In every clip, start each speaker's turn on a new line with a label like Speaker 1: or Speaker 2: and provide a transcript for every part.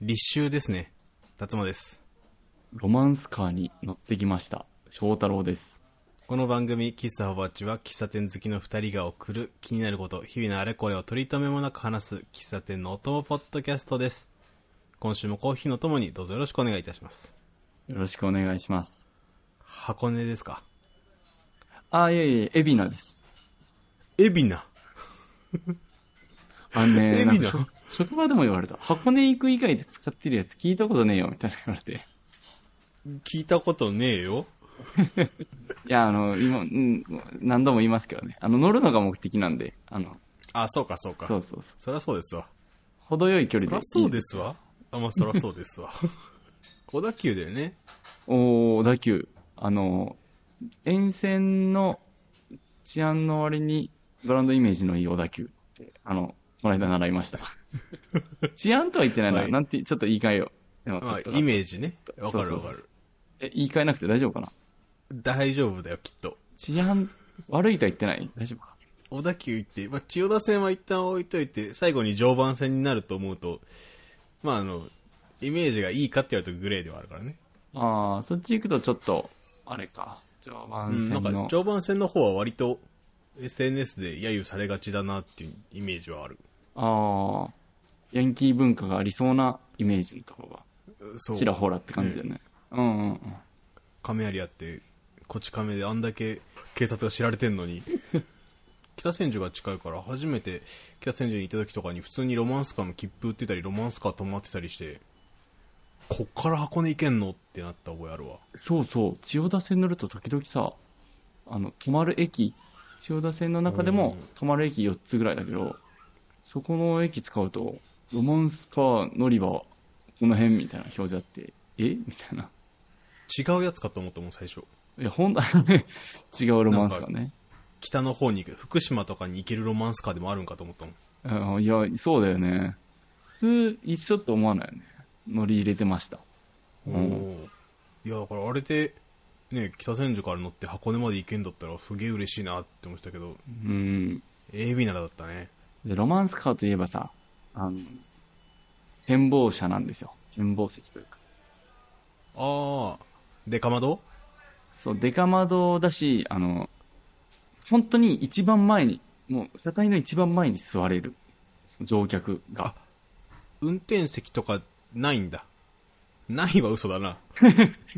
Speaker 1: 立秋ですね。辰馬です。
Speaker 2: ロマンスカーに乗ってきました。翔太郎です。
Speaker 1: この番組、喫茶ホバッチは喫茶店好きの二人が送る気になること、日々のあれこれを取り留めもなく話す喫茶店のお供ポッドキャストです。今週もコーヒーのともにどうぞよろしくお願いいたします。
Speaker 2: よろしくお願いします。
Speaker 1: 箱根ですか
Speaker 2: あー、いえいえ、エビナです。
Speaker 1: 海老名
Speaker 2: あのね、
Speaker 1: 海老名
Speaker 2: なんか職職場でも言われた。箱根行く以外で使ってるやつ聞いたことねえよ、みたいな言われて。い
Speaker 1: 聞いたことねえよ。
Speaker 2: や、あの、今、うん、何度も言いますけどね。あの、乗るのが目的なんで、あの、
Speaker 1: あ、そうかそうか。
Speaker 2: そうそうそう。
Speaker 1: そりゃそうですわ。
Speaker 2: 程よい距
Speaker 1: そ
Speaker 2: 離
Speaker 1: り
Speaker 2: でい
Speaker 1: ゃ
Speaker 2: い。
Speaker 1: そうですわ。あ、まあそりゃそうですわ。小田急だよね。
Speaker 2: おー、打球。あの、沿線の治安の割にブランドイメージのいい小田急って、あの、この間習いま した。治安とは言ってないな。
Speaker 1: はい
Speaker 2: なんて、ちょっと言い換えよう。でも
Speaker 1: ま
Speaker 2: ちょっ
Speaker 1: あ、
Speaker 2: と
Speaker 1: イメージね。わかる
Speaker 2: そう
Speaker 1: わ
Speaker 2: そ
Speaker 1: か
Speaker 2: うそう
Speaker 1: る。
Speaker 2: え、言い換えなくて大丈夫かな
Speaker 1: 大丈夫だよ、きっと。
Speaker 2: 治安、悪いとは言ってない大丈夫か
Speaker 1: 小田急行って、まあ、千代田線は一旦置いといて、最後に常磐線になると思うと、まあ、あの、イメージがいいかって言われるとグレーではあるからね。
Speaker 2: あー、そっち行くとちょっと、あれか。常磐
Speaker 1: うん、な
Speaker 2: 線
Speaker 1: んか
Speaker 2: の。
Speaker 1: 常磐線の方は割と SNS で揶揄されがちだなっていうイメージはある。
Speaker 2: あー、ヤンキー文化がありそうなイメージのところ
Speaker 1: そ
Speaker 2: が、ちら
Speaker 1: う。
Speaker 2: ほらって感じだよね。うんうんうん。
Speaker 1: 亀有あって、こち亀であんだけ警察が知られてんのに。 北千住が近いから初めて北千住に行った時とかに普通にロマンスカーの切符売ってたりロマンスカー泊まってたりしてこっから箱根行けんのってなった覚えあるわ
Speaker 2: そうそう、千代田線乗ると時々さ、あの、止まる駅、千代田線の中でも止まる駅4つぐらいだけど、そこの駅使うと、ロマンスカー乗り場、この辺みたいな表示あって、えみたいな。
Speaker 1: 違うやつかと思ったもん最初
Speaker 2: いや、ほんと、 違うロマンスカーね。
Speaker 1: 北の方に行く福島とかに行けるロマンスカーでもあるんかと思ったもん
Speaker 2: うんいや、そうだよね。普通、一緒って思わないよね。乗り入れてました。うん
Speaker 1: おーいやだからあれで、ね、北千住から乗って箱根まで行けんだったらすげえ嬉しいなって思ってたけど
Speaker 2: うん。
Speaker 1: エビならだったね
Speaker 2: で、ロマンスカーといえばさ、あの、展望車なんですよ。展望席というか。
Speaker 1: ああでかまど
Speaker 2: そう、デカ窓だし、あの、本当に一番前に、もう、車体の一番前に座れる、その乗客が。
Speaker 1: 運転席とかないんだないは嘘だな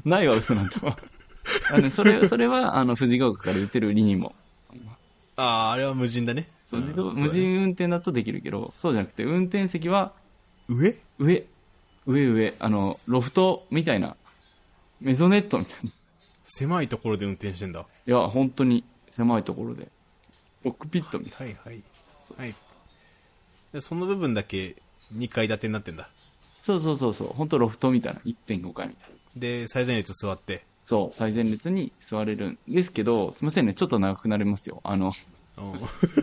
Speaker 2: ないは嘘なんだわ。 あのねそれ、それは、あの、富士ヶ丘から出てるリニも。
Speaker 1: あああれは無人だね
Speaker 2: そう
Speaker 1: うん
Speaker 2: 無人運転だとできるけど、そうじゃなくて、運転席は、
Speaker 1: そうだね
Speaker 2: 上、上上、あの、ロフトみたいな、メゾネットみたいな。い
Speaker 1: 上狭いところで運転してんだは
Speaker 2: や、本当に狭いところで。コックピットみたいな。
Speaker 1: いはいはいでその部分だけ2階建てになってんだ
Speaker 2: そうそうそうそう、本当ロフトみたいな。1.5階みたいな。
Speaker 1: で最前列座って
Speaker 2: そう、最前列に座れるんですけど、すみませんね、ちょっと長くなりますよ。あの、
Speaker 1: うん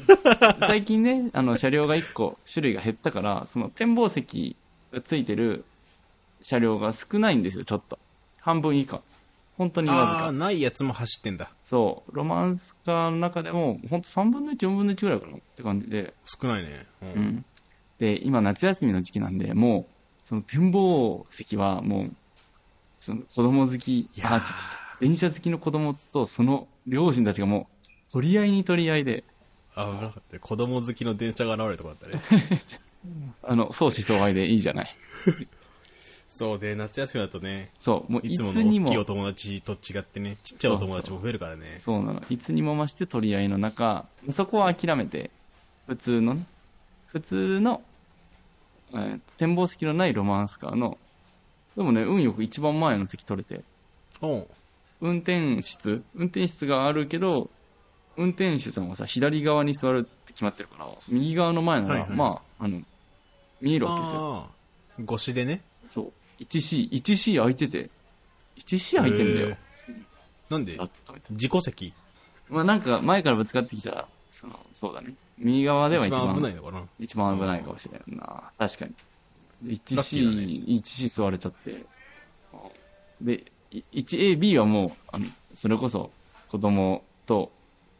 Speaker 2: 最近ね、あの、車両が1個種類が減ったから、その展望席がついてる車両が少ないんですよ、ちょっと。半分以下。本当にわず
Speaker 1: ああー
Speaker 2: か。
Speaker 1: ないやつも走ってんだ
Speaker 2: そう、ロマンスカーの中でも、本当3分の1、4分の1ぐらいかなって感じで、
Speaker 1: 少ないねう、
Speaker 2: うんん。で、今夏休みの時期なんで、もう、その展望席はもう、その子供好き、
Speaker 1: いやー
Speaker 2: あ、違う違う電車好きの子供とその両親たちがもう、取り合いに取り合いで、
Speaker 1: あ危なかった子供好きの電車が現れるとこだったね
Speaker 2: あの、相思相愛でいいじゃない。
Speaker 1: そうで夏休みだとね
Speaker 2: そう、もうい
Speaker 1: い
Speaker 2: つ
Speaker 1: つもの大
Speaker 2: にも、
Speaker 1: きいお友達と違ってねちっちゃいお友達も増えるからね
Speaker 2: そうなの、いつにも増して取り合いの中、そこは諦めて、普通のね、普通の、えー展望席のないロマンスカーの、でもね、運よく一番前の席取れて、
Speaker 1: おう
Speaker 2: 運転室運転室があるけど運転手さんはさ左側に座るって決まってるから右側の前なら、
Speaker 1: はいはい
Speaker 2: まああの見えるわけですよ
Speaker 1: ああ越しでね
Speaker 2: そう 1C1C 空いてて 1C 空いてんだよ、
Speaker 1: なんで
Speaker 2: だったみたい
Speaker 1: 自己席
Speaker 2: まあなんか前からぶつかってきたらそのそうだね右側では
Speaker 1: 一
Speaker 2: 一番
Speaker 1: 番危ないのかな
Speaker 2: 一番危ないかもしれんな確かに
Speaker 1: ラッキーだね
Speaker 2: 1C1C、1C 座れちゃってでい 1AB はもうあのそれこそ子供と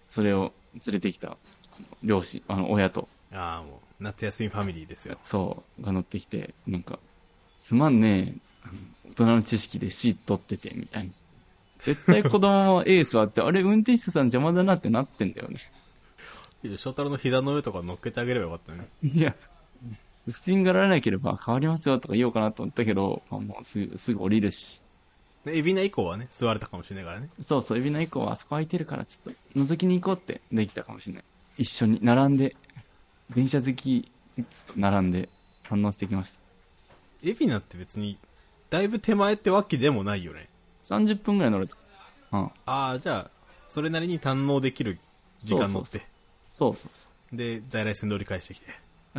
Speaker 2: それを連れてきたあの両親あの親と
Speaker 1: ああもう夏休みファミリーですよ
Speaker 2: そうが乗ってきてなんかすまんねあの大人の知識で C 取ってて、みたいな。絶対子供は A 座って、あれ、運転手さん邪魔だなってなってんだよね。
Speaker 1: いや翔太郎の膝の上とか乗っけてあげればよかったね。
Speaker 2: いや、不審がられなければ変わりますよとか言おうかなと思ったけど、まあ、もうすぐ、すぐ降りるし。
Speaker 1: で海老名以降はね、座れたかもしれないからね。
Speaker 2: そうそう、エビナ以降はあそこ空いてるからちょっと覗きに行こうってできたかもしれない。一緒に並んで、電車好き、ちょっと並んで反応してきました。
Speaker 1: 海老名って別に、だいぶ手前ってわけでもないよね。
Speaker 2: 30分ぐらい乗れた。うん。
Speaker 1: ああ、じゃあ、それなりに堪能できる時間乗って。
Speaker 2: そうそうそうそう。
Speaker 1: で、在来線乗り返してきて。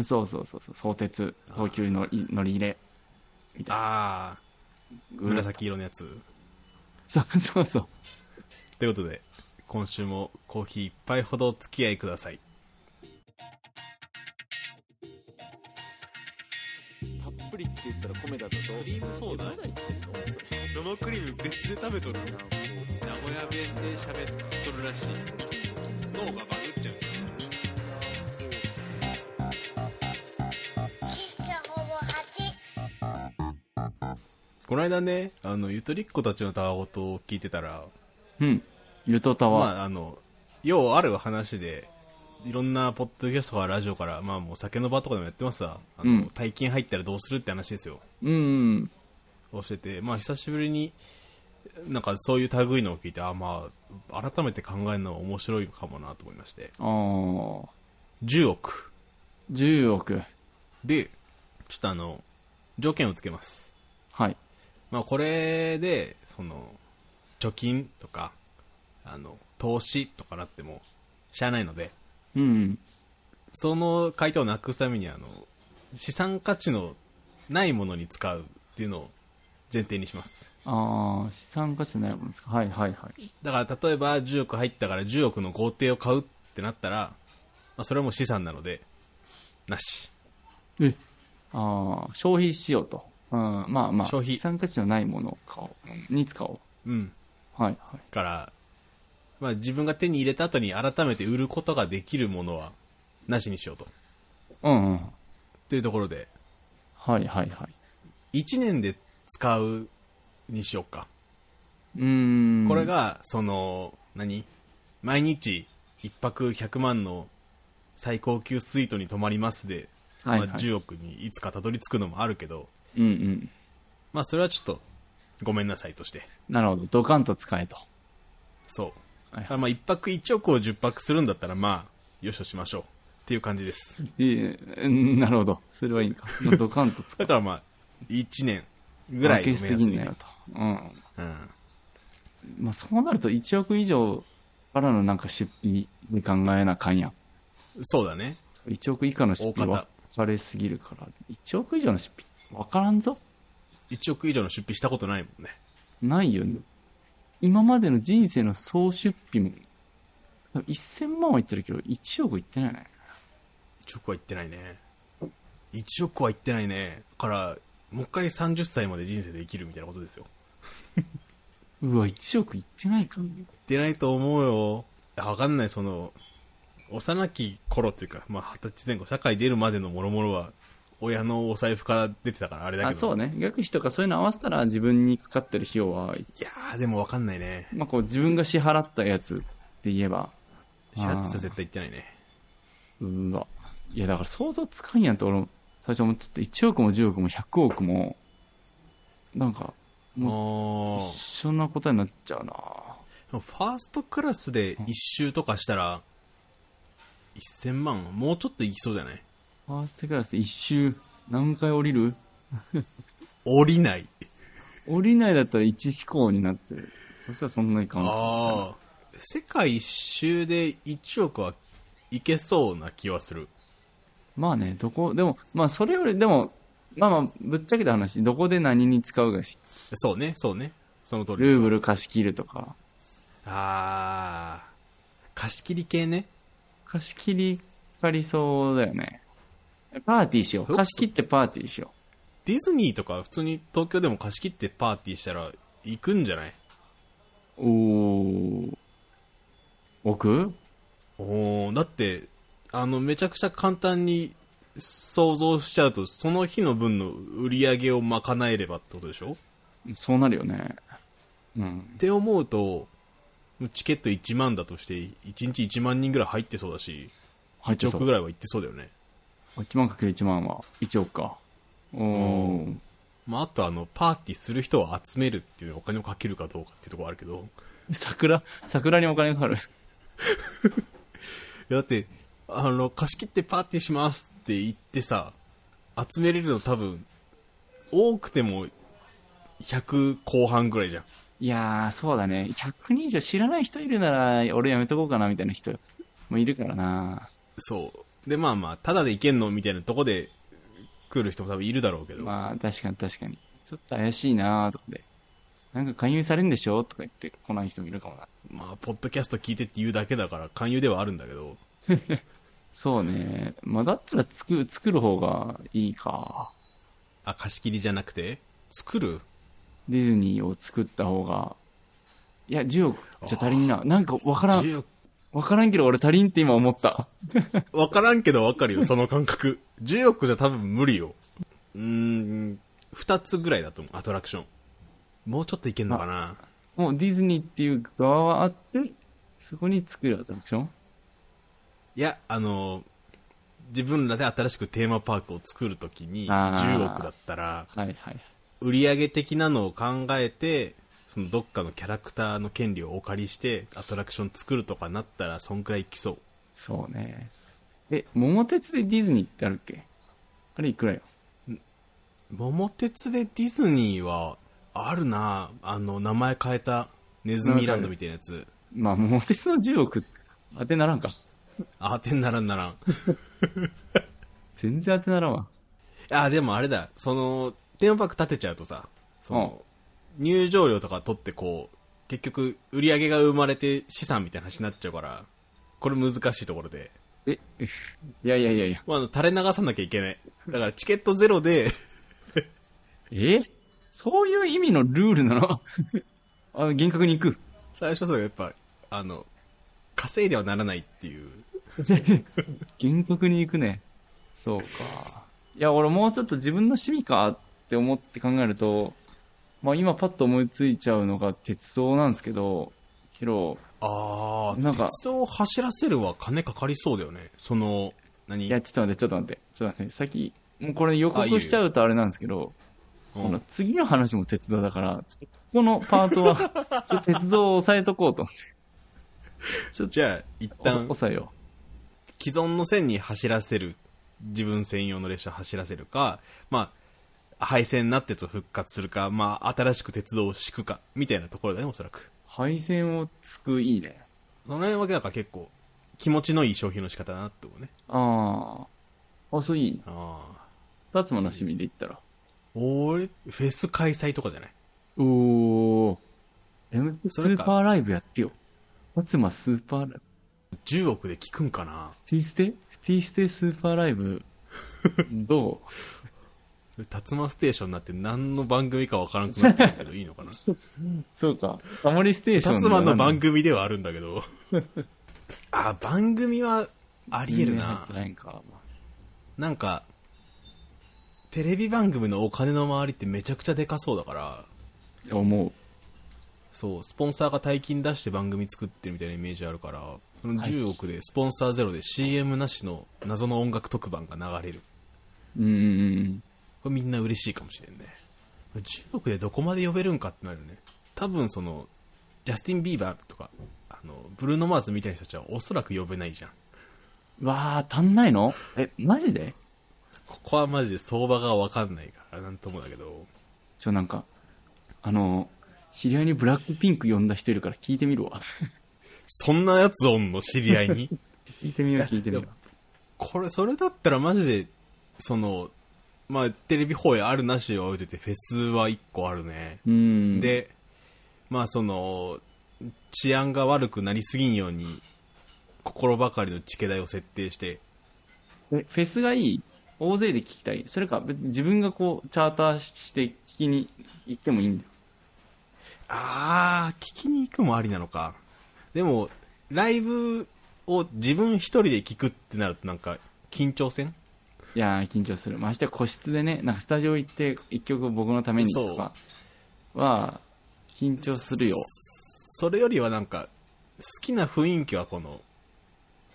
Speaker 2: そうそうそうそう、相鉄、東急のい乗り入れ、みたいな。
Speaker 1: ああ、紫色のやつ。
Speaker 2: そうそうそう。
Speaker 1: ということで、今週もコーヒー一杯ほどお付き合いください。
Speaker 3: たっぷりって言ったら米だったぞ。
Speaker 1: クリームソーダ
Speaker 3: まだ言ってんの
Speaker 1: 生クリーム別で食べとる名古屋弁で喋っとるらしい。脳がバグっちゃう。
Speaker 4: 喫茶ほぼ8。
Speaker 1: この間ね、あの、ゆとりっ子たちのたわごとを聞いてたら、
Speaker 2: うん。ゆとたわ。
Speaker 1: まあ、あの、ようある話で、いろんなポッドキャストからラジオから、まあもう酒の場とかでもやってますわ。あの、
Speaker 2: うん
Speaker 1: 大金入ったらどうするって話ですよ。
Speaker 2: うんう
Speaker 1: 教
Speaker 2: ん。
Speaker 1: えて、まあ久しぶりに、なんかそういう類のを聞いて、あまあ、改めて考えるのは面白いかもなと思いまして。
Speaker 2: ああ、
Speaker 1: 10億。
Speaker 2: 10億。
Speaker 1: で、ちょっとあの、条件をつけます。
Speaker 2: はい。
Speaker 1: まあこれで、その、貯金とか、あの、投資とかなっても、しゃあないので、
Speaker 2: うんうん。
Speaker 1: その回答をなくすためにあの資産価値のないものに使うっていうのを前提にします
Speaker 2: ああ、資産価値ないものですか。はいはいはい。
Speaker 1: だから例えば10億入ったから10億の豪邸を買うってなったら、まあ、それはもう資産なのでなし
Speaker 2: えああ、消費しようと。うん、まあまあ、
Speaker 1: 消費
Speaker 2: 資産価値のないものを買おう。うんに使おう。
Speaker 1: うん
Speaker 2: はいはい。
Speaker 1: から、まあ、自分が手に入れた後に改めて売ることができるものはなしにしようと
Speaker 2: うんうん。
Speaker 1: というところで
Speaker 2: はいはいはい。
Speaker 1: 1年で使うにしようか
Speaker 2: うーん。
Speaker 1: これ、が、その、何毎日、一泊100万の最高級スイートに泊まりますで、
Speaker 2: はいはい
Speaker 1: まあ、10億にいつかたどり着くのもあるけど、
Speaker 2: うんうん。
Speaker 1: まあ、それはちょっと、ごめんなさいとして。
Speaker 2: なるほど。ドカンと使えと。
Speaker 1: そう。
Speaker 2: はい
Speaker 1: だからまあ、一泊一億を10泊するんだったら、まあ、よしとしましょう。っていう感じです。
Speaker 2: いいねうんなるほど。それはいいのか。ドカンと使
Speaker 1: だ
Speaker 2: う。
Speaker 1: からまあ、1年ぐらいの
Speaker 2: 負け
Speaker 1: 目
Speaker 2: す
Speaker 1: 安
Speaker 2: ぎん
Speaker 1: に
Speaker 2: な
Speaker 1: ね
Speaker 2: よ。と。うん。
Speaker 1: うん。
Speaker 2: まあ、そうなると1億以上からのなんか出費で考えなあかんやん。
Speaker 1: そうだね。
Speaker 2: 1億以下の出費
Speaker 1: 大
Speaker 2: は
Speaker 1: 方
Speaker 2: 分かれすぎるから。1億以上の出費分からんぞ。
Speaker 1: 1億以上の出費したことないもんね。
Speaker 2: ないよね。今までの人生の総出費も、多分1000万はいってるけど、1億いってないね。
Speaker 1: 1億は行ってないね1億は行ってないねだからもう一回30歳まで人生で生きるみたいなことですよ
Speaker 2: うわ、1億いってないか。
Speaker 1: 行ってないと思うよ分かんないその幼き頃っていうかまあ二十歳前後社会出るまでのもろもろは親のお財布から出てたからあれだけど
Speaker 2: あ、そうね。学費とかそういうの合わせたら自分にかかってる費用は、
Speaker 1: いやーでも分かんないね
Speaker 2: まあ、こう自分が支払ったやつって言えば、
Speaker 1: シャッと絶対行ってないね
Speaker 2: うわ。いや、だから想像つかんやんって俺も最初思っちゃって、1億も10億も100億も、なんか、もう
Speaker 1: も
Speaker 2: 一緒な答えになっちゃうな
Speaker 1: うファーストクラスで一周とかしたら1000万もうちょっと行きそうじゃない
Speaker 2: ファーストクラスで一周、何回降りる
Speaker 1: 降りない
Speaker 2: 降りないだったら一飛行になってる。そしたらそんなにかも。
Speaker 1: ああ世界一周で1億はいけそうな気はする
Speaker 2: まあね、どこ、でも、まあそれより、でも、まあまあ、ぶっちゃけた話、どこで何に使うかし、
Speaker 1: そうねそうねその通りで
Speaker 2: ル
Speaker 1: す
Speaker 2: ーブル貸し切るとか、
Speaker 1: ああ貸し切り系ね
Speaker 2: 貸し切り借りそうだよね。パーティーしよう。
Speaker 1: そう
Speaker 2: 貸し切ってパーティーしよ。
Speaker 1: ディズニーとか普通に東京でも貸し切ってパーティーしたら行くんじゃないう
Speaker 2: おー。奥
Speaker 1: おーだってあのめちゃくちゃ簡単に想像しちゃうと、その日の分の売り上げを賄えればってことでしょっ
Speaker 2: そうなるよね。うん。
Speaker 1: て思うと、チケット1万だとして、1日1万人ぐらい入ってそうだし、
Speaker 2: 入っちゃ
Speaker 1: 1
Speaker 2: そ
Speaker 1: 億ぐ
Speaker 2: う。
Speaker 1: らいは行ってそうだよね。
Speaker 2: 1万かける1万は1億か。お
Speaker 1: う
Speaker 2: ー
Speaker 1: まあ、あとあの、パーティーする人を集めるっていうお金をかけるかどうかっていうところあるけど、
Speaker 2: 桜、桜にお金かかる。
Speaker 1: いやだって、あの、貸し切ってパーティーしますって言ってさ、集めれるの多分、多くても100後半ぐらいじゃん。
Speaker 2: いやー、そうだね。100人以上知らない人いるなら、俺やめとこうかな、みたいな人もいるからな。
Speaker 1: そう。で、まあまあ、ただで行けんのみたいなとこで来る人も多分いるだろうけど。
Speaker 2: まあ、確かに確かに。ちょっと怪しいなとかで。なんか勧誘されるんでしょとか言って来ない人もいるかもな。
Speaker 1: まあ、ポッドキャスト聞いてって言うだけだから、勧誘ではあるんだけど。
Speaker 2: そうね。まあ、だったら作作る方がいいか。
Speaker 1: あ、貸し切りじゃなくて作る
Speaker 2: ディズニーを作った方が。いや、10億じゃ足りんな。なんかわからん。
Speaker 1: 10
Speaker 2: わからんけど俺足りんって今思った。
Speaker 1: わからんけどわかる よ、その感覚。10億じゃ多分無理よ。うーん、2つぐらいだと思う、アトラクション。もうちょっといけんのかな
Speaker 2: もうディズニーっていう側はあって、そこに作るアトラクション
Speaker 1: いや、あの、自分らで新しくテーマパークを作るときに、
Speaker 2: あー
Speaker 1: 10億だったら、
Speaker 2: はいはい。
Speaker 1: 売り上げ的なのを考えて、そのどっかのキャラクターの権利をお借りして、アトラクション作るとかなったら、そんくらいいきそう。
Speaker 2: そうね。え、桃鉄でディズニーってあるっけあれいくらよ
Speaker 1: 桃鉄でディズニーは、あるなあの、名前変えた、ネズミランドみたいなやつ。
Speaker 2: まあ、桃鉄の10億当てならんか。
Speaker 1: あ、てんならんならん。
Speaker 2: 全然当てならんわ。
Speaker 1: あ、でもあれだ、その、テーマパーク建てちゃうとさ、その、入場料とか取ってこう、結局、売り上げが生まれて資産みたいな話になっちゃうから、これ難しいところで。
Speaker 2: え、いやいやいやいや。
Speaker 1: まあ、あの、垂れ流さなきゃいけない。だから、チケットゼロで、
Speaker 2: えそういう意味のルールなの あ、厳格に行く。
Speaker 1: 最初はやっぱ、あの、稼いではならないっていう。
Speaker 2: 厳格に行くね。そうか。いや、俺もうちょっと自分の趣味かって思って考えると、まあ今パッと思いついちゃうのが鉄道なんですけど、けど、
Speaker 1: あ
Speaker 2: な
Speaker 1: ー、
Speaker 2: んか
Speaker 1: 鉄道を走らせるは金かかりそうだよね。その、何
Speaker 2: いや、ちょっと待って、ちょっと待って、ちょっと待って、先、もうこれ予告しちゃうとあれなんですけど、
Speaker 1: うん
Speaker 2: この次の話も鉄道だから、ちょっとここのパー トは、ちょっと鉄道を抑えとこうと思って。ちょっと
Speaker 1: じゃあ、一
Speaker 2: お
Speaker 1: 旦、
Speaker 2: 抑えよ
Speaker 1: 既存の線に走らせる自分専用の列車を走らせるか、まあ、廃線になったやつを復活するか、まあ、新しく鉄道を敷くかみたいなところだねおそらく
Speaker 2: う。配線をつくいいね。
Speaker 1: その辺はなんか結構気持ちのいい消費の仕方だなって思うね
Speaker 2: ああ。あ、そういい。
Speaker 1: ああ
Speaker 2: 二つもの趣味で言ったら。
Speaker 1: 俺フェス開催とかじゃない
Speaker 2: おお。M2 ス
Speaker 1: それ
Speaker 2: ー
Speaker 1: か
Speaker 2: パーライブやってよ。松間スーパーライブ。
Speaker 1: 10億で聞くんかな
Speaker 2: T ステ ?T ステスーパーラ イブ。どう
Speaker 1: 竜馬ステーションになって何の番組かわからんくなってるけどいいのかな
Speaker 2: そうか。タモリステーション
Speaker 1: 竜馬の番
Speaker 2: 組
Speaker 1: 組ではあるんだけどあー番組はありえるな
Speaker 2: ないんか。
Speaker 1: なんか、テレビ番組のお金の周りってめちゃくちゃでかそうだから、
Speaker 2: いや思う。
Speaker 1: そう、スポンサーが大金出して番組作ってるみたいなイメージあるから、その
Speaker 2: はい
Speaker 1: 10億でスポンサーゼロで CM なしの謎の音楽特番が流れる。
Speaker 2: うんうんうん。
Speaker 1: これみんな嬉しいかもしれんね。10億でどこまで呼べるんかってなるよね。多分その、ジャスティン・ビーバーとか、あの、ブルーノ・マーズみたいな人たちはおそらく呼べないじゃん。
Speaker 2: わー、足んないのえ、マジで
Speaker 1: ここはマジで相場がわかんないから、なんともだけど。
Speaker 2: ちょ、なんか、あの、知り合いにブラックピンク呼んだ人いるから聞いてみるわ。
Speaker 1: そんなやつおんの知り合いに
Speaker 2: 聞いてみよう、聞いてみよ
Speaker 1: いうや。これ、それだったらマジで、その、まあ、テレビ放映あるなしを置いてて、フェスは1個あるね。
Speaker 2: うん。、
Speaker 1: で、まあ、その、治安が悪くなりすぎんように、心ばかりのチケ代を設定して、
Speaker 2: えフェスがいい大勢で聞きたい。それか、別に自分がこう、チャーターして聞きに行ってもいいんだよ。
Speaker 1: あー、聞きに行くもありなのか。でも、ライブを自分一人で聞くってなるとなんか、緊張せん
Speaker 2: いやー緊張する、まあ、明日個室でねなんかスタジオ行って一曲僕のためにとかは緊張するよ
Speaker 1: それよりはなんか好きな雰囲気はこの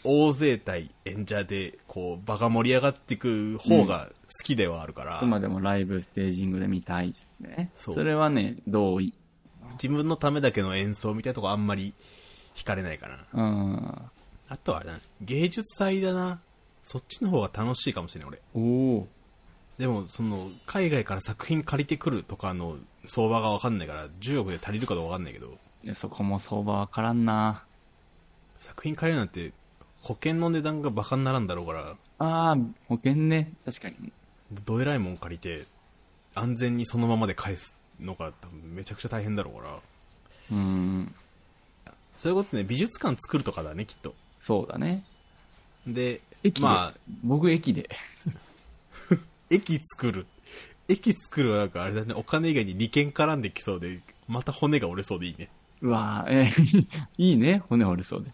Speaker 1: 大勢対演者でこう場が盛り上がっていく方が好きではあるから、
Speaker 2: あくまでもライブステージングで見たいですね
Speaker 1: そ
Speaker 2: そうれはね同意
Speaker 1: 自分のためだけの演奏みたいなとこあんまり惹かれないかな
Speaker 2: うん
Speaker 1: あとはあれだな芸術祭だなそっちの方が楽しいかもしれない俺
Speaker 2: おお
Speaker 1: でもその海外から作品借りてくるとかの相場が分かんないから10億で足りるかどうか分かんないけど
Speaker 2: いやそこも相場わからんな
Speaker 1: 作品借りるなんて保険の値段がバカにならんだろうから
Speaker 2: あー保険ね確かに
Speaker 1: どえらいもん借りて安全にそのままで返すのが多分めちゃくちゃ大変だろうから
Speaker 2: うん
Speaker 1: そういうことね美術館作るとかだねきっと
Speaker 2: そうだね
Speaker 1: で
Speaker 2: 駅で、
Speaker 1: まあ
Speaker 2: 僕駅で
Speaker 1: 駅作る駅作るはなんかあれだねお金以外に利権絡んできそうでまた骨が折れそうでいいね
Speaker 2: うわーえ ーいいね骨折れそう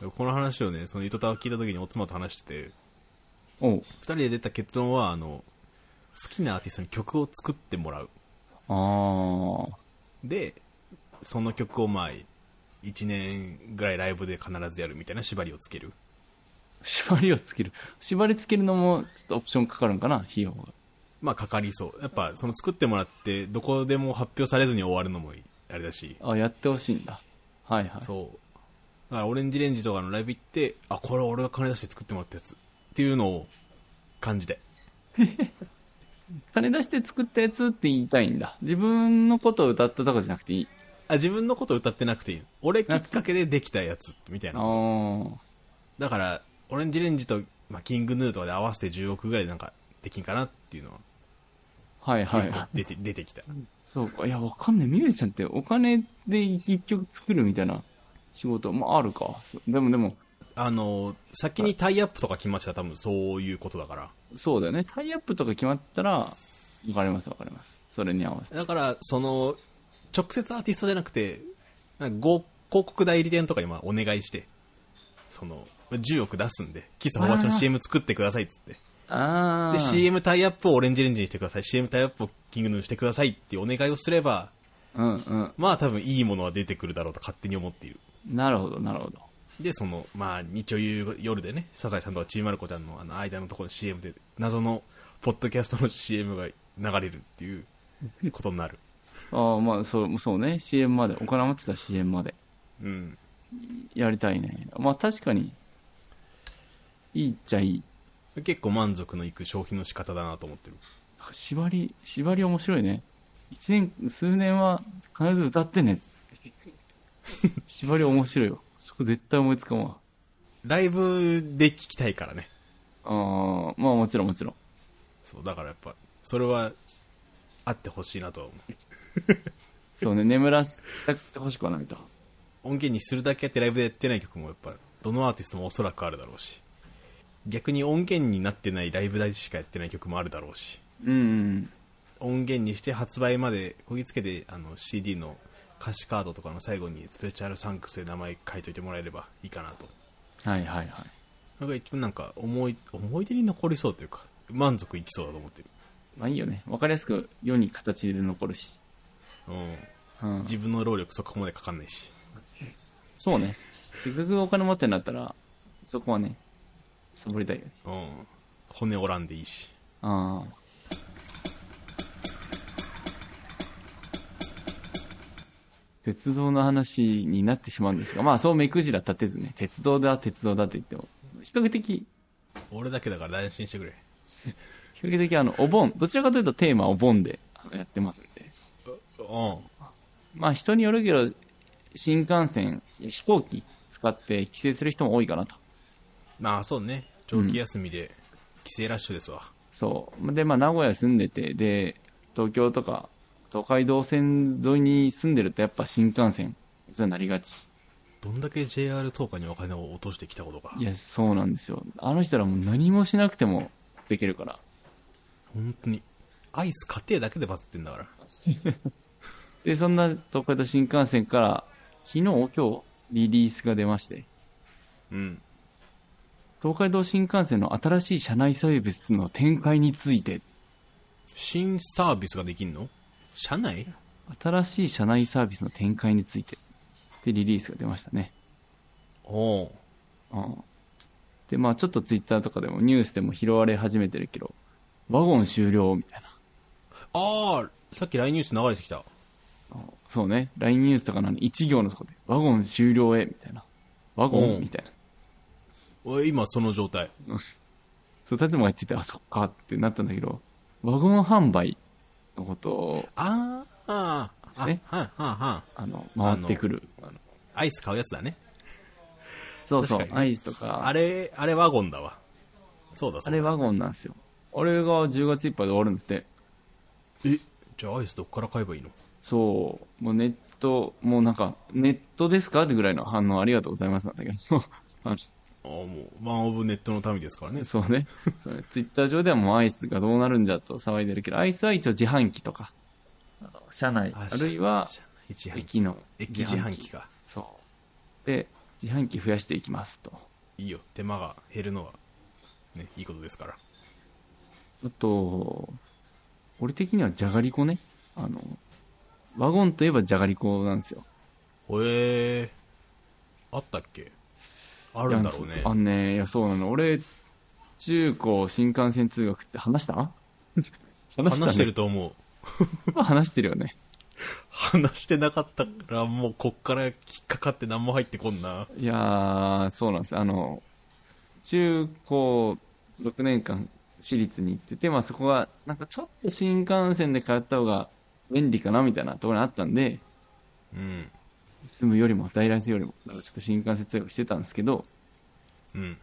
Speaker 2: で
Speaker 1: この話をねその糸田を聞いた時にお妻と話してて
Speaker 2: おう
Speaker 1: 2人で出た結論はあの好きなアーティストに曲を作ってもらう
Speaker 2: ああ
Speaker 1: でその曲をまあ1年ぐらいライブで必ずやるみたいな縛りをつける
Speaker 2: 縛りをつける縛りつけるのもちょっとオプションかかるんかな費用が
Speaker 1: まあかかりそうやっぱその作ってもらってどこでも発表されずに終わるのもあれだし
Speaker 2: あやってほしいんだはいはい
Speaker 1: そうだからオレンジレンジとかのライブ行ってあこれ俺が金出して作ってもらったやつっていうのを感じて
Speaker 2: 金出して作ったやつって言いたいんだ自分のことを歌ったとかじゃなくていい
Speaker 1: あ自分のこと歌ってなくていい俺きっかけでできたやつみたい
Speaker 2: あ
Speaker 1: な
Speaker 2: ー
Speaker 1: だからオレンジレンジと、まあ、キングヌーとかで合わせて10億ぐらいなんかできんかなっていうのは
Speaker 2: はいはい
Speaker 1: 結構出て出てきた
Speaker 2: そうかいやわかんないみゆちゃんってお金で一曲作るみたいな仕事もあるかそうでもでも
Speaker 1: あの先にタイアップとか決まってたら多分そういうことだから
Speaker 2: そうだよねタイアップとか決まったらわかりますわかりますそれに合わせて
Speaker 1: だからその直接アーティストじゃなくてなんかご広告代理店とかにまあお願いしてその10億出すんでキスホバチョの CM 作ってくださいっつって
Speaker 2: ああ
Speaker 1: で CM タイアップをオレンジレンジにしてください CM タイアップをキングヌーにしてくださいっていうお願いをすれば
Speaker 2: うんうん
Speaker 1: まあ多分いいものは出てくるだろうと勝手に思っている
Speaker 2: なるほどなるほど
Speaker 1: でそのまあ日曜夕夜でねサザエさんとかちびまる子ちゃんのあの間のところの CM で謎のポッドキャストの CM が流れるっていうことになる
Speaker 2: ああまあそうそうね CM までお金持ってた CM まで
Speaker 1: うん
Speaker 2: やりたいねまあ確かにいいっちゃいい
Speaker 1: 結構満足のいく消費の仕方だなと思ってる
Speaker 2: なんか縛り縛り面白いね一年数年は必ず歌って ね縛り面白いわそこ絶対思いつかんわ
Speaker 1: ライブで聞きたいからね
Speaker 2: あーまあもちろんもちろん
Speaker 1: そうだからやっぱそれはあってほしいなとは思う
Speaker 2: そう ね眠らせてほしくはないと
Speaker 1: 音源にするだけやってライブでやってない曲もやっぱどのアーティストもおそらくあるだろうし逆に音源になってないライブでしかやってない曲もあるだろうし
Speaker 2: うんうん
Speaker 1: 音源にして発売までこぎつけてあの CD の歌詞カードとかの最後にスペシャルサンクスで名前書いといてもらえればいいかなと
Speaker 2: はいはいはい
Speaker 1: なんか一番なんか思い思い出に残りそうというか満足いきそうだと思ってる、
Speaker 2: まあいいよねわかりやすく世に形で残るし、
Speaker 1: うん、
Speaker 2: うん、
Speaker 1: 自分の労力そこまでかかんないし
Speaker 2: そうねせっかくお金持ってんだったらそこはねサボりたいよね
Speaker 1: うん骨折らんでいいし
Speaker 2: ああ鉄道の話になってしまうんですが、まあそう目くじら立てずね、鉄道だ、鉄道だと言っても、比較的、
Speaker 1: 俺だけだから安心してくれ
Speaker 2: 比較的あの、お盆、どちらかというとテーマはお盆であのやってますんで、
Speaker 1: うん
Speaker 2: まあ人によるけど、新幹線、いや飛行機使って帰省する人も多いかなと。
Speaker 1: まあそうね長期休みで帰省ラッシュですわ、
Speaker 2: そう。で、まあ名古屋住んでて、で、東京とか、東海道線沿いに住んでるとやっぱ新幹線、そうなりがち。
Speaker 1: どんだけ JR 東海にお金を落としてきたことか
Speaker 2: いや、そうなんですよ。あの人らもう何もしなくてもできるから。
Speaker 1: 本当にアイス家庭だけでバズってんだから
Speaker 2: で、そんな東海道新幹線から、昨日、今日、リリースが出まして、
Speaker 1: うん
Speaker 2: 東海道新幹線の新しい車内サービスの展開について、
Speaker 1: 新サービスができんの社内
Speaker 2: 新しい車内サービスの展開について、で、リリースが出ましたね。
Speaker 1: おう
Speaker 2: うんで、まあちょっとツイッターとかでもニュースでも拾われ始めてるけど、ワゴン終了みたいな。
Speaker 1: ああさっき LINE ニュース流れてきた
Speaker 2: そうね、LINE ニュースとかの1行のとこで、ワゴン終了へみたいな。ワゴ
Speaker 1: う
Speaker 2: ン
Speaker 1: ん
Speaker 2: みたいな。
Speaker 1: 俺今その状態
Speaker 2: そう、達馬が言ってて、あ、そっかってなったんだけど、ワゴン販売のことを、
Speaker 1: あーあーあ
Speaker 2: ね
Speaker 1: はんはんはん
Speaker 2: あの、回ってくる。
Speaker 1: アイス買うやつだね
Speaker 2: そうそう
Speaker 1: 確、かに
Speaker 2: アイスとか、
Speaker 1: あれあれワゴンだわそうだ
Speaker 2: あ
Speaker 1: そう
Speaker 2: れ
Speaker 1: だ
Speaker 2: ワゴンなんですよ。あれが10月いっぱいで終わるんだって。
Speaker 1: えじゃあアイスどっから買えばいいの
Speaker 2: そう、もうネット、もうなんか、ネットですかってぐらいの反応ありがとうございますなんだけど、 あの
Speaker 1: ああもうワンオブネットの民ですからね
Speaker 2: そうね。そうね。ツイッター上ではもうアイスがどうなるんじゃと騒いでるけど、アイスは一応自販機とか、あの車内、
Speaker 1: あ
Speaker 2: あるいは
Speaker 1: 社内自販
Speaker 2: 駅
Speaker 1: 機
Speaker 2: の
Speaker 1: 駅自販機。か
Speaker 2: そう。で、自販機増やしていきますと。
Speaker 1: いいよ手間が減るのはねいいことですから
Speaker 2: あと、俺的にはじゃがりこね。あの、ワゴンといえばじゃがりこなんですよ。
Speaker 1: えー、あったっけあるんだろう
Speaker 2: い
Speaker 1: ね
Speaker 2: やあんね、いや、そうなの。俺、中高新幹線通学って話した 話した、ね、
Speaker 1: 話してると思う
Speaker 2: 話してるよね。
Speaker 1: 話してなかったからもうこっから引っかかって何も入ってこんない
Speaker 2: やー、そうなんです。あの、中高6年間私立に行ってて、まあそこが、なんかちょっと新幹線で通った方が便利かなみたいなところにあったんで、
Speaker 1: うん
Speaker 2: 住むよりも在来線よりも、なんかちょっと新幹線通学してたんですけど、
Speaker 1: うん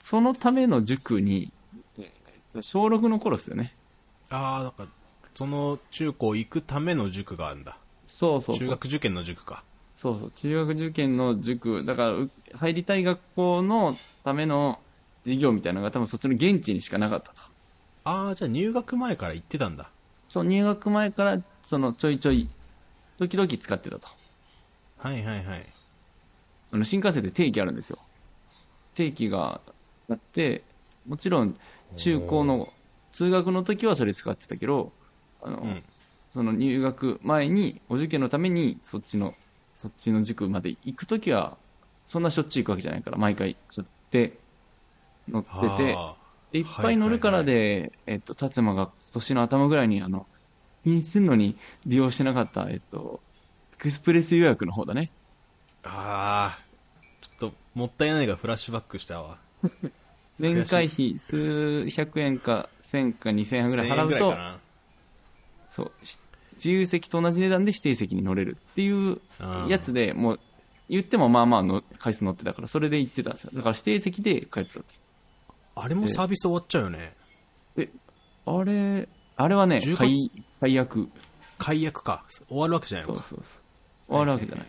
Speaker 2: そのための塾に、小6の頃ですよね。
Speaker 1: ああだからその中高行くための塾があるんだ
Speaker 2: そうそうそ
Speaker 1: 中
Speaker 2: う。
Speaker 1: 学受験の塾か
Speaker 2: そうそう。中学受験の塾、だからう入りたい学校のための授業みたいなのが多分そっちの現地にしかなかったと。
Speaker 1: ああじゃあ入学前から行ってたんだ
Speaker 2: そう、入学前から、その、ちょいちょい、時々使ってたと。
Speaker 1: はいはいはい
Speaker 2: あの、新幹線で定期あるんですよ。定期があって、もちろん、中高の、通学の時はそれ使ってたけど、あの、
Speaker 1: うん
Speaker 2: その入学前に、お受験のために、そっちの、そっちの塾まで行く時は、そんなしょっちゅう行くわけじゃないから、毎回、そうやって、乗ってて、
Speaker 1: あ
Speaker 2: でいっぱい乗るからで、えっと、達馬が今年の頭ぐらいに、あの、禁止するのに利用してなかった、えっと、エクスプレス予約の方だね。
Speaker 1: ーあーちょっともったいないがフラッシュバックしたわしい
Speaker 2: 年会費数百円か1000か2000円ぐらい
Speaker 1: 1000円
Speaker 2: 払
Speaker 1: ぐ
Speaker 2: う
Speaker 1: らい
Speaker 2: と
Speaker 1: か、な
Speaker 2: そう、し自由席と同じ値段で指定席に乗れるっていう
Speaker 1: あー
Speaker 2: やつで、もう、言ってもまあまあの回数乗ってたから、それで行ってたんですよ。だから指定席で帰ってたと。
Speaker 1: あれもサービス終わっちゃうよね
Speaker 2: あれ、あれはね
Speaker 1: 10、月
Speaker 2: 解、解約。
Speaker 1: 解約か終わるわけじゃない
Speaker 2: そ
Speaker 1: の
Speaker 2: う
Speaker 1: か
Speaker 2: そうそう終わるわけじゃない
Speaker 1: は、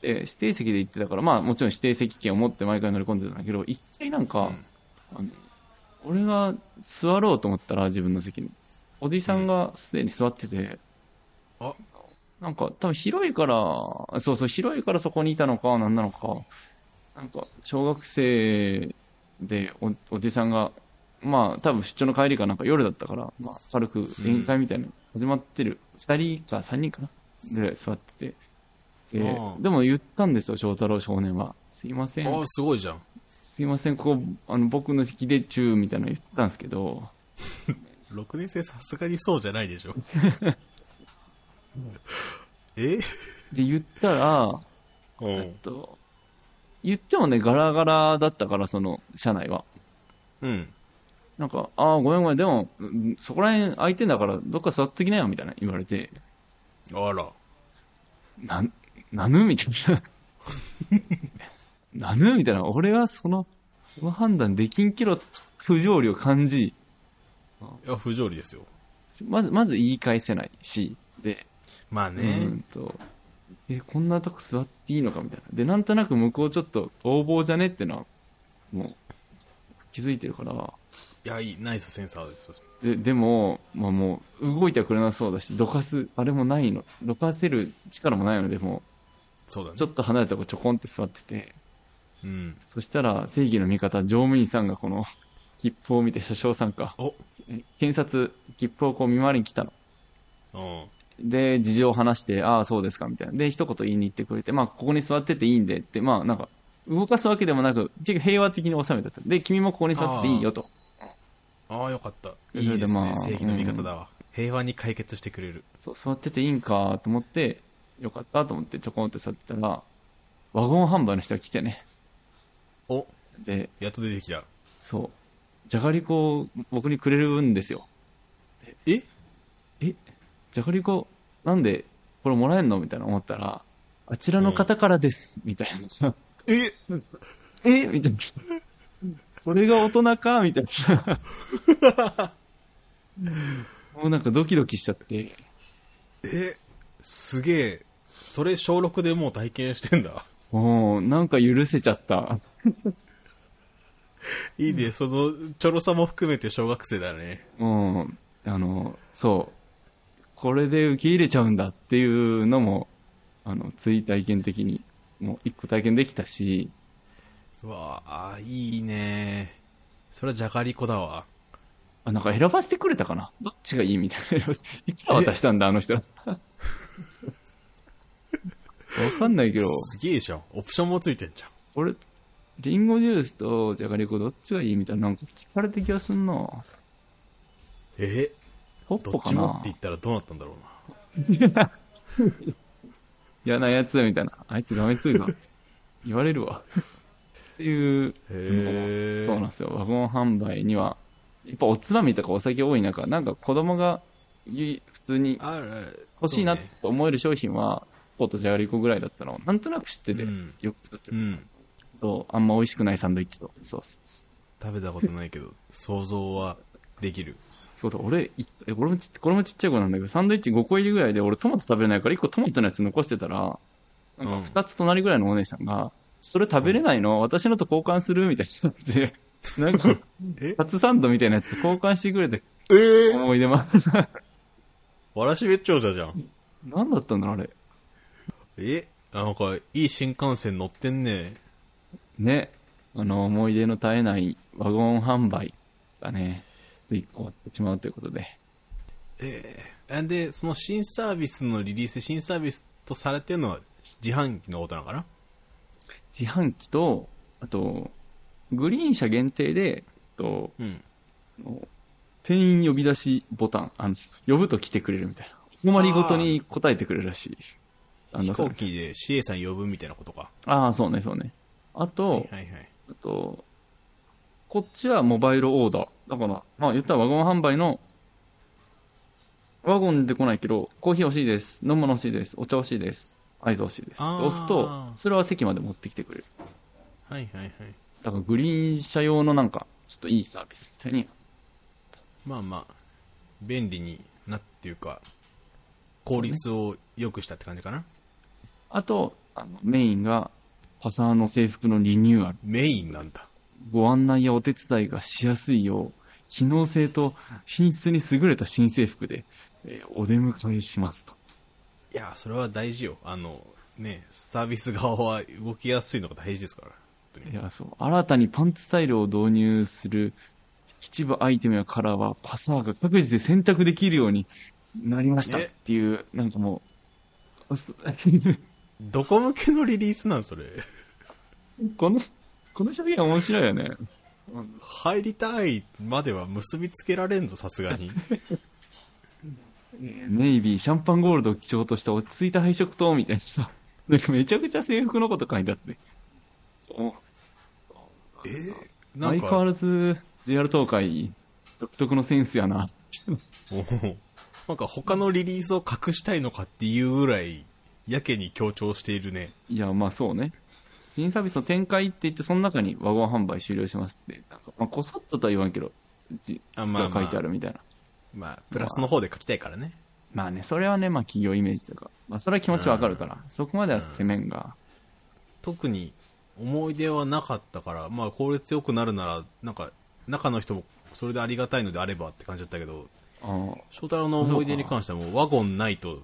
Speaker 2: で指定席で行ってたからまあもちろん指定席券を持って毎回乗り込んでたんだけど一回なんか、あの俺が座ろうと思ったら自分の席におじさんがすでに座ってて、
Speaker 1: あ
Speaker 2: なんか多分広いからそうそう広いからそこにいたのか何なのかなんか小学生でおおじさんがまあ多分出張の帰りかなんか夜だったから、まあ、軽く宴会みたいなの始まってる、2人か3人かなぐらい座っててで
Speaker 1: うん
Speaker 2: でも言ったんですよ翔太郎少年はすいませ
Speaker 1: ああ
Speaker 2: ん
Speaker 1: すごいじゃん
Speaker 2: すいませんここあの僕の席で中みたいなの言ったんですけど
Speaker 1: 6年生さすがにそうじゃないで しょえ
Speaker 2: で言ったら、
Speaker 1: う
Speaker 2: えっと、言ってもねガラガラだったからその車内は
Speaker 1: うん
Speaker 2: なんか、ああ、ごめんごめん、でも、うんそこら辺空いてんだから、どっか座っときなよ、みたいな言われて、
Speaker 1: あら
Speaker 2: なん、な ぬみたいな。なぬみたいな。俺はその、その判断できんけど、不条理を感じ、
Speaker 1: いや不条理ですよ
Speaker 2: まず、まず言い返せないし、で、
Speaker 1: まあ
Speaker 2: う
Speaker 1: ね、
Speaker 2: ーんと、え、こんなとこ座っていいのかみたいな。で、なんとなく向こうちょっと、逃亡じゃねってのは、もう、気づいてるから、
Speaker 1: いやいいナイスセンサーです
Speaker 2: ででも、まあ、もう動いてはくれなそうだしどかすあれもないのどかせる力もないのでも
Speaker 1: そうだ
Speaker 2: う
Speaker 1: ね
Speaker 2: ちょっと離れたとこちょこんって座ってて
Speaker 1: うん。
Speaker 2: そしたら、正義の味方、乗務員さんがこの、切符を見て、車掌さんか。
Speaker 1: お
Speaker 2: え検察、切符をこう見回りに来たの。
Speaker 1: うん。
Speaker 2: で、事情を話して、ああ、そうですか、みたいな。で、一言言いに行ってくれて、まあ、ここに座ってていいんでって、まあ、なんか、動かすわけでもなく、ちょっと平和的に収めたと。で、君もここに座ってていいよと。
Speaker 1: ああ、よかった。
Speaker 2: で
Speaker 1: いいです
Speaker 2: それでま
Speaker 1: ね
Speaker 2: あ。
Speaker 1: 正義の味方だわ。平和に解決してくれる。
Speaker 2: そう、座ってていいんかと思って、よかったと思って、ちょこんって座ってたら、ワゴン販売の人が来てね。
Speaker 1: お
Speaker 2: で、
Speaker 1: やっと出てきた。
Speaker 2: そう、じゃがりこを僕にくれるんですよ。
Speaker 1: え
Speaker 2: えじゃがりこなんでこれもらえんのみたいな思ったらあちらの方からです、みたいな
Speaker 1: え
Speaker 2: え みたいなこれが大人かみたいなもうなんかドキドキしちゃって
Speaker 1: えすげえ。それ小6でもう体験してんだ。
Speaker 2: もうなんか許せちゃった
Speaker 1: いいね、その、ちょろさも含めて小学生だね。
Speaker 2: もうあのそうこれで受け入れちゃうんだっていうのもあの追体験的にもう一個体験できたし
Speaker 1: うわあ、いいね。それはじゃがりこだわ。
Speaker 2: あ、なんか選ばせてくれたかなどっちがいいみたいな。いくら渡したんだ、あの人。わかんないけど、
Speaker 1: すげえじゃん。オプションもついてんじゃん。
Speaker 2: 俺、リンゴジュースとじゃがりこどっちがいいみたいな、なんか聞かれた気がすんな。
Speaker 1: え
Speaker 2: ポッ
Speaker 1: ど
Speaker 2: ポ
Speaker 1: っ
Speaker 2: か
Speaker 1: ちもって
Speaker 2: な
Speaker 1: 言ったらどうなったんだろうな。
Speaker 2: 嫌なやつみたいな。あいつがめついぞ。言われるわ。っていう
Speaker 1: へえ。
Speaker 2: そうなんですよ。ワゴン販売には、やっぱおつまみとかお酒多い中、なんか子供がい普通に
Speaker 1: あるある
Speaker 2: 欲しいな
Speaker 1: そうね
Speaker 2: と思える商品は、ポットじゃがりこぐらいだったのを、なんとなく知ってて、
Speaker 1: うん
Speaker 2: よく作って
Speaker 1: う
Speaker 2: る
Speaker 1: ん。
Speaker 2: と、あんま美味しくないサンドイッチと。そうそうそう。
Speaker 1: 食べたことない けど、想像はできる。
Speaker 2: そうだ、俺、いえこれもちっ、これもちっちゃい子なんだけど、サンドイッチ5個入りぐらいで、俺トマト食べれないから、1個トマトのやつ残してたら、なん
Speaker 1: うん
Speaker 2: か2つ隣ぐらいのお姉さんが、それ食べれないの私のと交換するみたいにな って、なんか、
Speaker 1: え
Speaker 2: 初サンドみたいなやつと交換してくれて、
Speaker 1: えー、
Speaker 2: 思い出もあるな。
Speaker 1: わらしべ長者じゃん。
Speaker 2: 何だったんだろう、あれ。
Speaker 1: えなんか、いい新幹線乗ってんね。
Speaker 2: ね、あの、思い出の絶えないワゴン販売がね、つい終わってしまうということで。
Speaker 1: ええで、その新サービスのリリース、新サービスとされてるのは自販機のことなのかな
Speaker 2: 自販機と、あと、グリーン車限定で、えっと、
Speaker 1: うん。
Speaker 2: 店員呼び出しボタン、あの、呼ぶと来てくれるみたいな。お困りごとに答えてくれるらしい。あ
Speaker 1: 飛
Speaker 2: の、
Speaker 1: 行機で CA さん呼ぶみたいなことか。
Speaker 2: ああ、そうね、そうね。あと、
Speaker 1: はいはい。
Speaker 2: あと、こっちはモバイルオーダー。だから、まあ言ったらワゴン販売の、ワゴンで来ないけど、コーヒー欲しいです。飲むもの欲しいです。お茶欲しいです。合図欲しいです。
Speaker 1: あー
Speaker 2: 押すと、それは席まで持ってきてくれる。
Speaker 1: はいはいはい。
Speaker 2: だからグリーン車用のなんか、ちょっといいサービスみたいに。
Speaker 1: まあまあ、便利になっていうか、効率を良くしたって感じかな。
Speaker 2: あと、あのメインが、パサーの制服のリニューアル。
Speaker 1: メインなんだ。
Speaker 2: ご案内やお手伝いがしやすいよう、機能性と品質に優れた新制服で、えーお出迎えしますと。
Speaker 1: いや、それは大事よ。あの、ね、サービス側は動きやすいのが大事ですから。本当に
Speaker 2: いや、そう。新たにパンツスタイルを導入する一部アイテムやカラーはパサーが各自で選択できるようになりましたっ
Speaker 1: え
Speaker 2: ていう、なんかもう、す
Speaker 1: どこ向けのリリースなん それ。
Speaker 2: この、この表現面白いよね。
Speaker 1: 入りたいまでは結びつけられんぞ、さすが に。
Speaker 2: ネイビー、シャンパンゴールドを基調とした落ち着いた配色と、みたいな。なんかめちゃくちゃ制服のこと書いてあって。お
Speaker 1: えな
Speaker 2: 相
Speaker 1: ん
Speaker 2: 変わ
Speaker 1: か、
Speaker 2: らず JR 東海独特のセンスやな。
Speaker 1: おお なんか他のリリースを隠したいのかっていうぐらい、やけに強調しているね。
Speaker 2: いや、まあそうね。新サービスの展開って言って、その中にワゴン販売終了しますって、なんか、まあ、こそっととは言わんけど、じ
Speaker 1: あ
Speaker 2: 実
Speaker 1: まあ
Speaker 2: は書いてあるみたいな。
Speaker 1: まあ、プラスの方で書きたいからね。
Speaker 2: まあね、それはね、まあ企業イメージとか、まあそれは気持ちわかるから、そこまでは攻めんが、
Speaker 1: 特に思い出はなかったから、まあ効率よくなるなら、なんか、中の人もそれでありがたいのであればって感じだったけど、
Speaker 2: あの
Speaker 1: 翔太郎の思い出に関してはもうワゴンないと、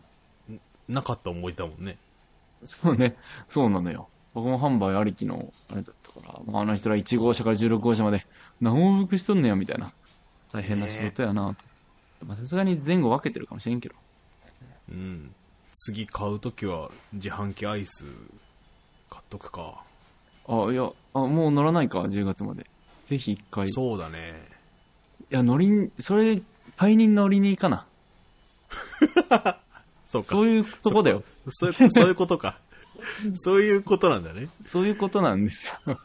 Speaker 1: んなかった思い出だもんね。
Speaker 2: そうね、そうなのよ。ワゴン販売ありきの、あれだったから、まあ、あの人ら1号車から16号車まで何往復しとんねや、みたいな。大変な仕事やなと。まあさすがに前後分けてるかもしれんけど。
Speaker 1: うん次買う時は自販機アイス買っとくか、
Speaker 2: あ、いや、あ、もう乗らないか、10月まで。ぜひ一回。
Speaker 1: そうだね
Speaker 2: いや、乗りん、それ、退任乗りに行かな。
Speaker 1: そうか
Speaker 2: そういうとこだよ。
Speaker 1: そういうそういうことかそういうことなんだね
Speaker 2: そういうことなんですよ。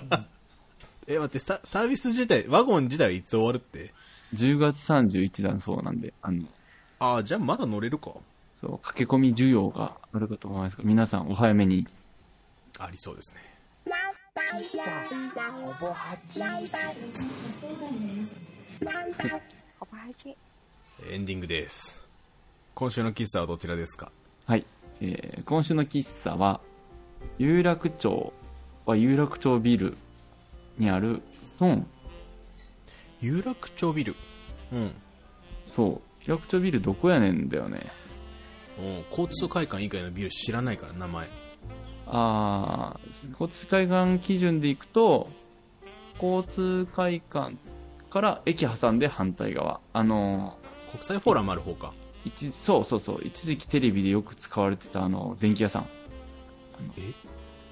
Speaker 1: え待ってササービス自体ワゴン自体はいつ終わるって
Speaker 2: 10月31だそうなんで、あの、
Speaker 1: ああじゃあまだ乗れるか
Speaker 2: そう、駆け込み需要があるかと思いますが、皆さんお早めに。
Speaker 1: ありそうですねエンディングです今週の喫茶はどちらですか
Speaker 2: はい。えー今週の喫茶は、有楽町は有楽町ビルにあるストーン。
Speaker 1: 有楽町ビルうん
Speaker 2: そう。有楽町ビルどこやねんだよね。
Speaker 1: うん交通会館以外のビル知らないから名前
Speaker 2: あー、交通会館基準で行くと、交通会館から駅挟んで反対側。あの
Speaker 1: 国際フォーラムある方か
Speaker 2: ー一時、そうそうそう、一時期テレビでよく使われてたあの、電気屋さん。
Speaker 1: え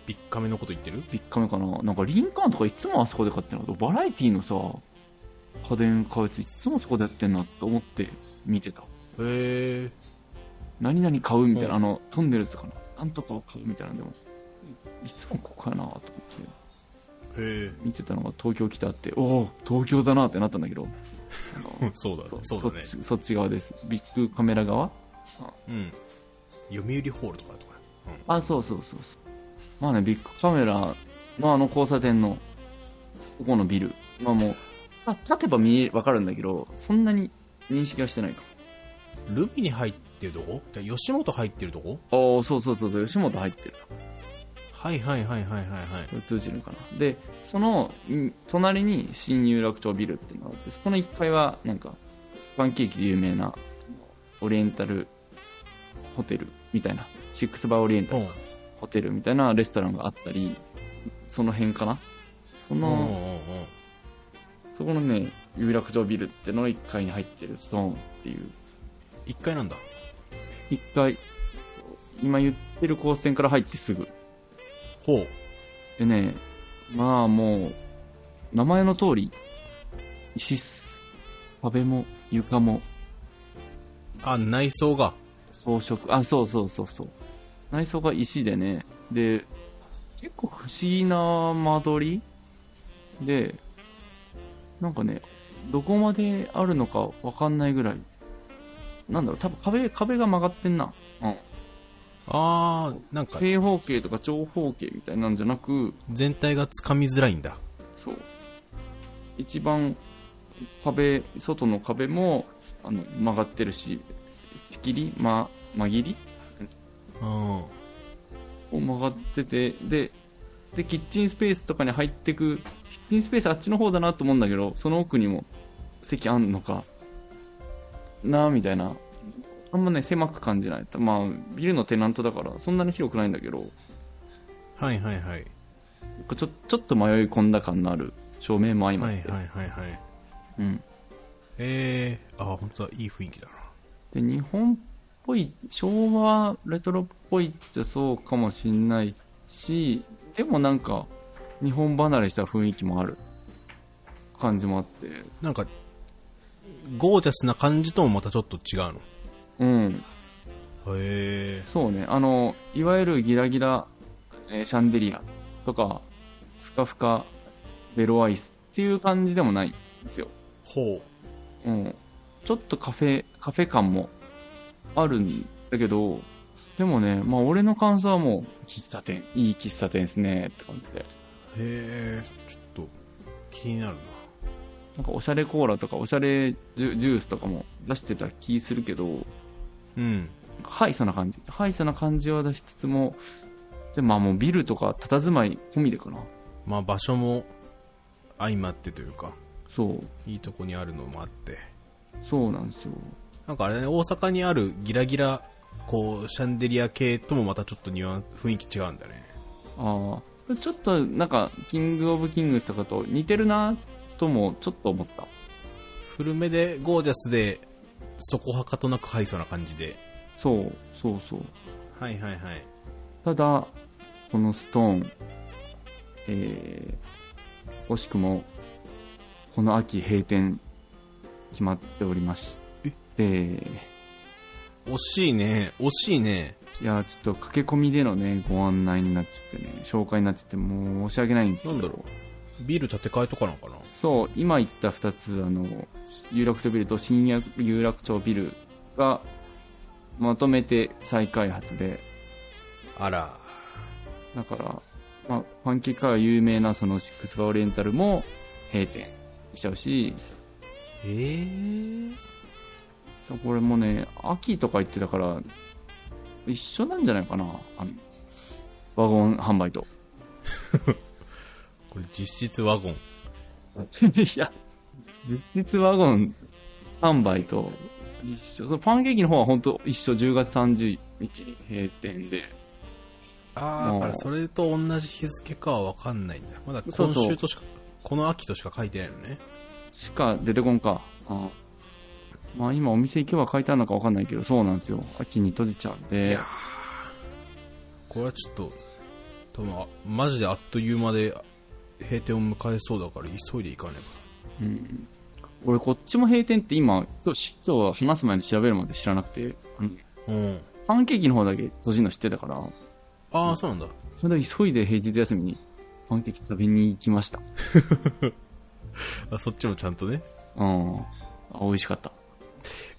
Speaker 1: ビッカメのこと言ってる
Speaker 2: 3日目かななんかリンカーンとかいつもあそこで買ってるのバラエティのさ家電買うやついつもそこでやってんなと思って見てた
Speaker 1: へえ
Speaker 2: 何々買うみたいな、
Speaker 1: うん
Speaker 2: あの飛んでるやつかななんとかを買うみたいなのでもいつもここやなと思って
Speaker 1: へえ
Speaker 2: 見てたのが東京来たっておお東京だなってなったんだけどあの
Speaker 1: そうだそうだね
Speaker 2: そっちそっち側ですビッグカメラ側
Speaker 1: うん読売ホールとかだとかね
Speaker 2: あそうそうそうそうまあねビッグカメラ、まあ、あの交差点のここのビルまあもうあ立てば見え分かるんだけどそんなに認識はしてないか
Speaker 1: うんルミに入ってるとこじゃあ吉本入ってるとこ
Speaker 2: ああそうそうそうそう吉本入ってる
Speaker 1: はいはいはいはいはいはい
Speaker 2: これ通じるのかなでそのん隣に新有楽町ビルっていうのがあってそこの1階はなんかパンケーキで有名なオリエンタルホテルみたいなシックスバーオリエンタル
Speaker 1: う
Speaker 2: ホテルみたいなレストランがあったりその辺かなそ
Speaker 1: んうん
Speaker 2: の、
Speaker 1: うんうん
Speaker 2: そこのね、有楽町ビルってのの1階に入ってるストーンっていう。
Speaker 1: 一階なんだ
Speaker 2: 1階、今言ってる交差点から入ってすぐ。
Speaker 1: ほう
Speaker 2: でね、まあもう、名前の通り、石っす。壁も床も
Speaker 1: あ内装が
Speaker 2: 装飾、あ、そうそうそうそう。内装が石でね、で、結構不思議な間取りで、なんかね、どこまであるのかわかんないぐらい。なんだろう、多分壁、壁が曲がってんな。うん。
Speaker 1: あーなんか
Speaker 2: 正方形とか長方形みたいなんじゃなく、
Speaker 1: 全体がつかみづらいんだ
Speaker 2: そう。一番壁、外の壁もあの曲がってるし、仕切り、ま、間切り
Speaker 1: うん
Speaker 2: を曲がっててででキッチンスペースとかに入ってくキッチンスペースあっちの方だなと思うんだけどその奥にも席あんのかなあみたいなあんまね狭く感じないまあビルのテナントだからそんなに広くないんだけど
Speaker 1: はいはいはい
Speaker 2: ちょちょっと迷い込んだ感のある照明も相ま
Speaker 1: は
Speaker 2: っ
Speaker 1: い
Speaker 2: て、
Speaker 1: はいはいはい
Speaker 2: うん、
Speaker 1: えー、あ本当だいい雰囲気だな
Speaker 2: で日本っぽい昭和レトロっぽいっちゃそうかもしんないしでもなんか日本離れした雰囲気もある感じもあって
Speaker 1: なんかゴージャスな感じともまたちょっと違う
Speaker 2: うん
Speaker 1: のへえ
Speaker 2: そうねあのいわゆるギラギラ、えーシャンデリアとかふかふかベロアイスっていう感じでもないんですよ
Speaker 1: ほ
Speaker 2: うん、ちょっとカフェ、カフェ感もあるんだけど、でもね、まあ俺の感想はもう、喫茶店、いい喫茶店ですね、って感じで。
Speaker 1: うへえちょっと気になるな
Speaker 2: なんかおしゃれコーラとかおしゃれジュジュースとかも出してた気するけど、
Speaker 1: うん
Speaker 2: ハイソな感じ。ハイソな感じは出しつつも、で、まあもうビルとか佇まい込みでかな。
Speaker 1: まあ場所も相まってというか
Speaker 2: そう、
Speaker 1: いいとこにあるのもあって
Speaker 2: そうなんですよ。
Speaker 1: なんかあれだね大阪にあるギラギラこうシャンデリア系ともまたちょっとニュアン雰囲気違うんだね
Speaker 2: ああちょっとなんかキングオブキングスとかと似てるなともちょっと思った
Speaker 1: 古めでゴージャスでそこはかとなくハイソな感じで
Speaker 2: そうそうそう
Speaker 1: はいはいはい
Speaker 2: ただこのストーンえー惜しくもこの秋閉店決まっておりまして
Speaker 1: 惜しいね惜しいね
Speaker 2: いやーちょっと駆け込みでのねご案内になっちゃってね紹介になっちゃってもう申し訳ないんですけど
Speaker 1: なんだろビール建て替えとかなのかな
Speaker 2: そう今言った2つあの有楽町ビルと新有楽町ビルがまとめて再開発で
Speaker 1: あら
Speaker 2: だから、まあ、パンケーキカーが有名なそのシックスバーオリエンタルも閉店しちゃうし
Speaker 1: ええー、
Speaker 2: これもね秋とか言ってたから一緒なんじゃないかなあのワゴン販売と
Speaker 1: これ実質ワゴン
Speaker 2: いや実質ワゴン販売と一緒そのパンケーキの方は本当一緒10月31日に閉店で
Speaker 1: ああ
Speaker 2: も
Speaker 1: だ
Speaker 2: う
Speaker 1: からそれと同じ日付かは分かんないんだまだ
Speaker 2: そう
Speaker 1: 今
Speaker 2: そう
Speaker 1: 週としかこの秋としか書いてないのね
Speaker 2: しか出てこんか。あまあ今お店行けば書いてあるのかわかんないけど、そうなんですよ。秋に閉じちゃうん
Speaker 1: い
Speaker 2: で
Speaker 1: やー。これはちょっと多分あマジであっという間で閉店を迎えそうだから急いでいかね
Speaker 2: うん、俺こっちも閉店って今、そう、し今日は話す前に調べるまで知らなくて、あの
Speaker 1: ばうん
Speaker 2: パンケーキの方だけ閉じるの知ってたから、
Speaker 1: ああ、そうなんだ
Speaker 2: それで急いで平日休みにパンケーキ食べに行きました。
Speaker 1: あそっちもちゃんとね
Speaker 2: うん。あ美味しかった。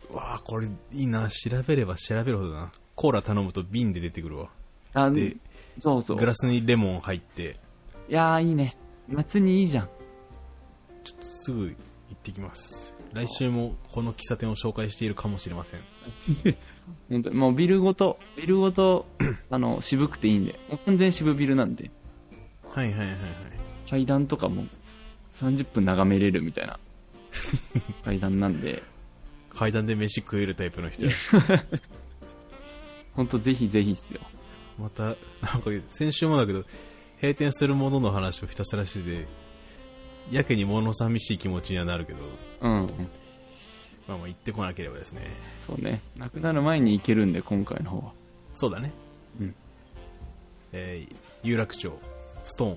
Speaker 1: うわあこれいいな調べれば調べるほどだなコーラ頼むと瓶で出てくるわ
Speaker 2: あ
Speaker 1: で
Speaker 2: そうそう。
Speaker 1: グラスにレモン入って
Speaker 2: いやーいいね。夏にいいじゃん。
Speaker 1: ちょっとすぐ行ってきます来週もこの喫茶店を紹介しているかもしれません
Speaker 2: 本当にもうビルごと、ビルごと、あの、渋くていいんで。完全渋ビルなんで。
Speaker 1: はいはいはいはい
Speaker 2: 階段とかも30分眺めれるみた いな階段なんで、
Speaker 1: 階段で飯食えるタイプの人や
Speaker 2: ほんとぜひぜひっすよ。
Speaker 1: またなんか先週もだけど閉店するものの話をひたすらしててやけに物寂しい気持ちにはなるけど、
Speaker 2: うん。
Speaker 1: まあ、まあ行ってこなければですね
Speaker 2: そうね。なくなる前に行けるんで、今回の方は。
Speaker 1: そうだね
Speaker 2: うん
Speaker 1: えー有楽町ストーン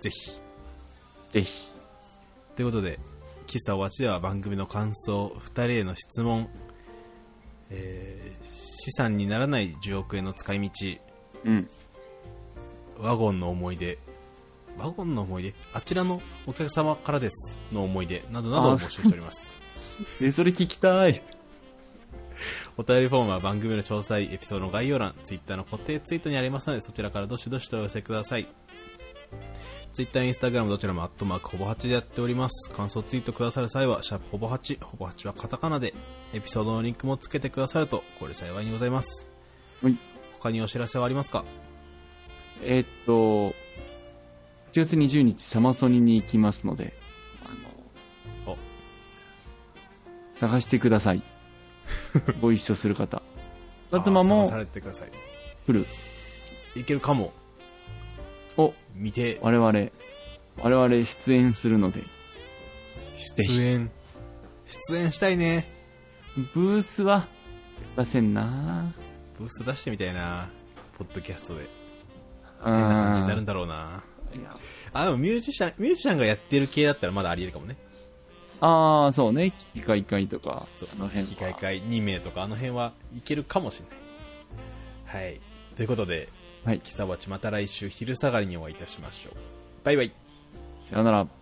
Speaker 1: ぜひ
Speaker 2: ぜひ。
Speaker 1: ということで喫茶おわちでは番組の感想2人への質問、えー資産にならない10億円の使い道
Speaker 2: うん。
Speaker 1: ワゴンの思い出ワゴンの思い出あちらのお客様からですの思い出などなどを募集しております
Speaker 2: え、それ聞きたい。
Speaker 1: お便りフォームは番組の詳細エピソードの概要欄ツイッターの固定ツイートにありますのでそちらからどしどしとお寄せくださいツイッター、インスタグラムどちらもアットマークほぼ8でやっております感想ツイートくださる際はシャープほぼ8ほぼ8はカタカナでエピソードのリンクもつけてくださるとこれ幸いにございます
Speaker 2: はい
Speaker 1: 他にお知らせはありますか
Speaker 2: えーっと、8月20日サマソニに行きますので、あの
Speaker 1: お、
Speaker 2: 探してくださ い。ご一緒する方。薩摩
Speaker 1: あー探
Speaker 2: も
Speaker 1: されてください
Speaker 2: 来る。
Speaker 1: いけるかも
Speaker 2: お、
Speaker 1: 見て
Speaker 2: 我々、我々出演するので、
Speaker 1: 出演出演したいね
Speaker 2: ブースは出せんな
Speaker 1: ブース出してみたいなポッドキャストで
Speaker 2: ぁ
Speaker 1: 変な感じになるんだろうない
Speaker 2: や
Speaker 1: あでもミュージシャンミュージシャンがやってる系だったらまだありえるかもね
Speaker 2: ああ、そうね。危機開会とか、
Speaker 1: そう
Speaker 2: あの辺は
Speaker 1: 機械会2名とかあの辺はいけるかもしれないはいということで
Speaker 2: はい。
Speaker 1: 木沢ちまた来週昼下がりにお会いいたしましょうバイバイ
Speaker 2: さよなら。